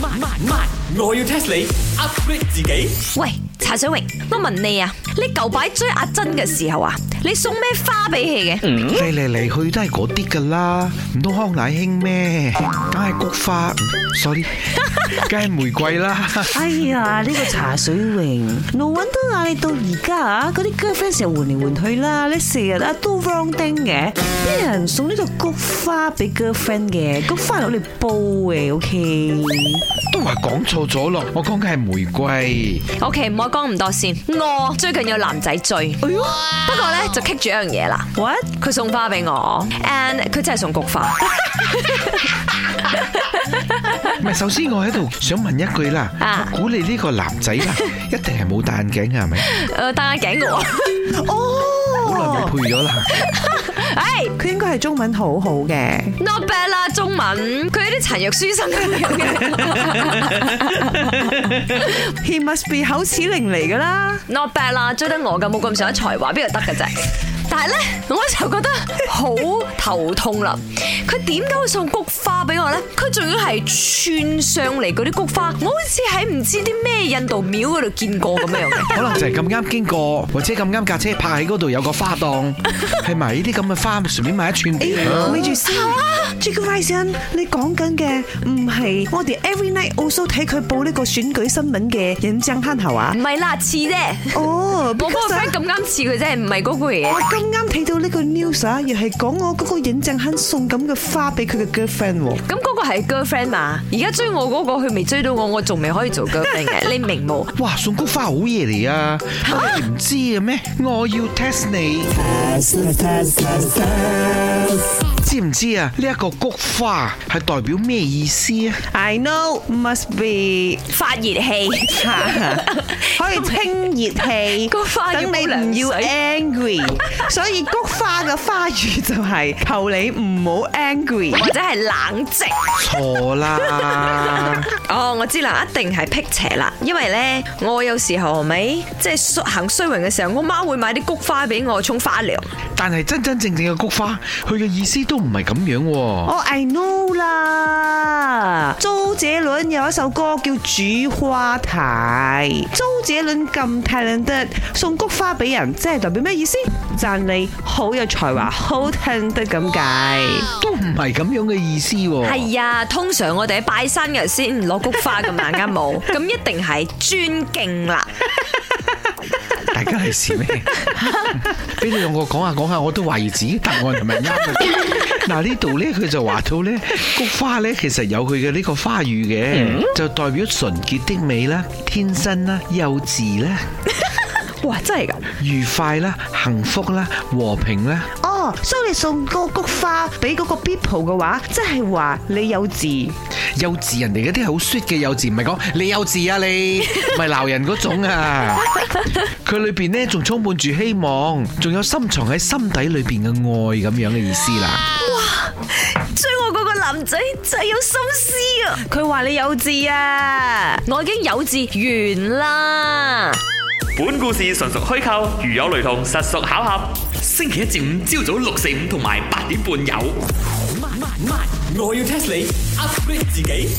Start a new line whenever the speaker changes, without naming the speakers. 慢慢，我要 test 你 upgrade 自己。
喂，茶水榮，我問你啊，你舊擺追阿珍嘅時候啊，你送咩花俾佢嘅？
嚟嚟嚟去都係嗰啲噶啦，唔通康乃馨咩？梗係菊花嗯，sorry，梗係玫瑰啦。
哎呀，呢個茶水榮，我揾到啊！你到而家啊，嗰啲 girlfriend 成日換嚟換去啦，你成日啊都 wrong 丁嘅，啲人送呢個菊花俾 girlfriend 嘅，菊花攞嚟煲嘅，OK？
都話講錯咗咯，我講嘅係玫瑰。
OK，唔好講咁多先。我最近有男仔追，
哎
不過咧就棘住一樣嘢啦。
What？
佢送花俾我，and 佢真係送菊花。
唔係，首先我喺度想問一句啦，
啊
我估你呢個男仔啦，一定係冇戴眼鏡嘅係咪？
誒，呃戴眼鏡嘅喎。
哦
好耐冇配咗啦。
唉
佢應該係中文好好嘅，
，not bad 啦，中文佢啲陳藥書生咁樣嘅
he must be 口齒伶俐噶啦。
，not bad 啦，追得我嘅冇咁上才華，邊度得嘅啫？但係咧，我就覺得好頭痛啦。佢點解會送菊花俾我咧？佢仲要係串上嚟嗰啲菊花，我好似喺唔知啲咩印度廟嗰度見過咁樣嘅。
可能就係咁啱經過，或者咁啱架車泊喺嗰度有個花檔，係咪？呢啲咁嘅花順便買一串
哎
俾你。
咪住先 j a c k Ryan，你講緊嘅唔係我哋 every night also 睇佢報呢個選舉新聞嘅引張慳頭啊
唔？係啦，似啫。我
哦，
嗰個
because 啊
friend 咁啱似佢啫，唔係嗰個嘢。
我咁啱睇到呢個 news 啊，又係講我嗰個尹正亨送咁嘅花俾佢嘅 girlfriend 喎。
咁嗰個係 girlfriend 嘛？而家追我嗰個佢未追到我，我仲未可以做 girlfriend 嘅，你明冇？
哇，送菊花好嘢嚟啊！你唔知嘅咩？我要 test 你。知唔知啊？呢一個菊花係代表咩意思啊？
I know must be
發熱氣，
可以清熱氣，
菊花要
等你唔要
煲涼水
angry，所以菊花嘅花語就係求你唔好 angry。
或者係冷靜。
錯啦，
哦，我知啦，一定係辟邪啦，因為咧，我有時候係咪即係衰行衰運嘅時候，我媽會買啲菊花俾我沖花涼。
哦
但係真真正正嘅菊花，佢嘅意思都唔係咁樣喎。
哦、I know 啦，周杰倫有一首歌叫《主花台》，周杰倫咁 talented，送菊花俾人，即係代表咩意思？讚你好有才華，好 talented 咁解。
都唔係咁樣嘅意思喎。
係啊，通常我哋喺拜山嘅先攞菊花咁嘛，啱 冇？咁一定係尊敬啦。
大家係試咩？俾你兩個講下講下，我都懷疑自己答案係咪啱嘅。嗱呢度咧，佢就話到咧，菊花咧其實有佢嘅呢個花語嘅，就代表純潔的美啦、天真啦、幼稚啦、
哇，真係㗎！
愉快啦、幸福啦、和平啦。
哦，所以你送個菊花俾嗰個 people 嘅話，即係話你有字。
幼稚人哋嗰啲係好 sweet 嘅幼稚，唔係講你幼稚啊你，唔係鬧人嗰種啊。佢裏邊呢仲充滿住希望，仲有深藏喺心底裏邊嘅愛咁樣嘅意思啦。
追我嗰個男仔真係有心思啊！
佢話你有字啊！
我已經有字完啦。
本故事純屬虛構，如有雷同，實屬巧合。星期一至五朝早六四五同埋八點半有。我要 test 你 upgrade 自己。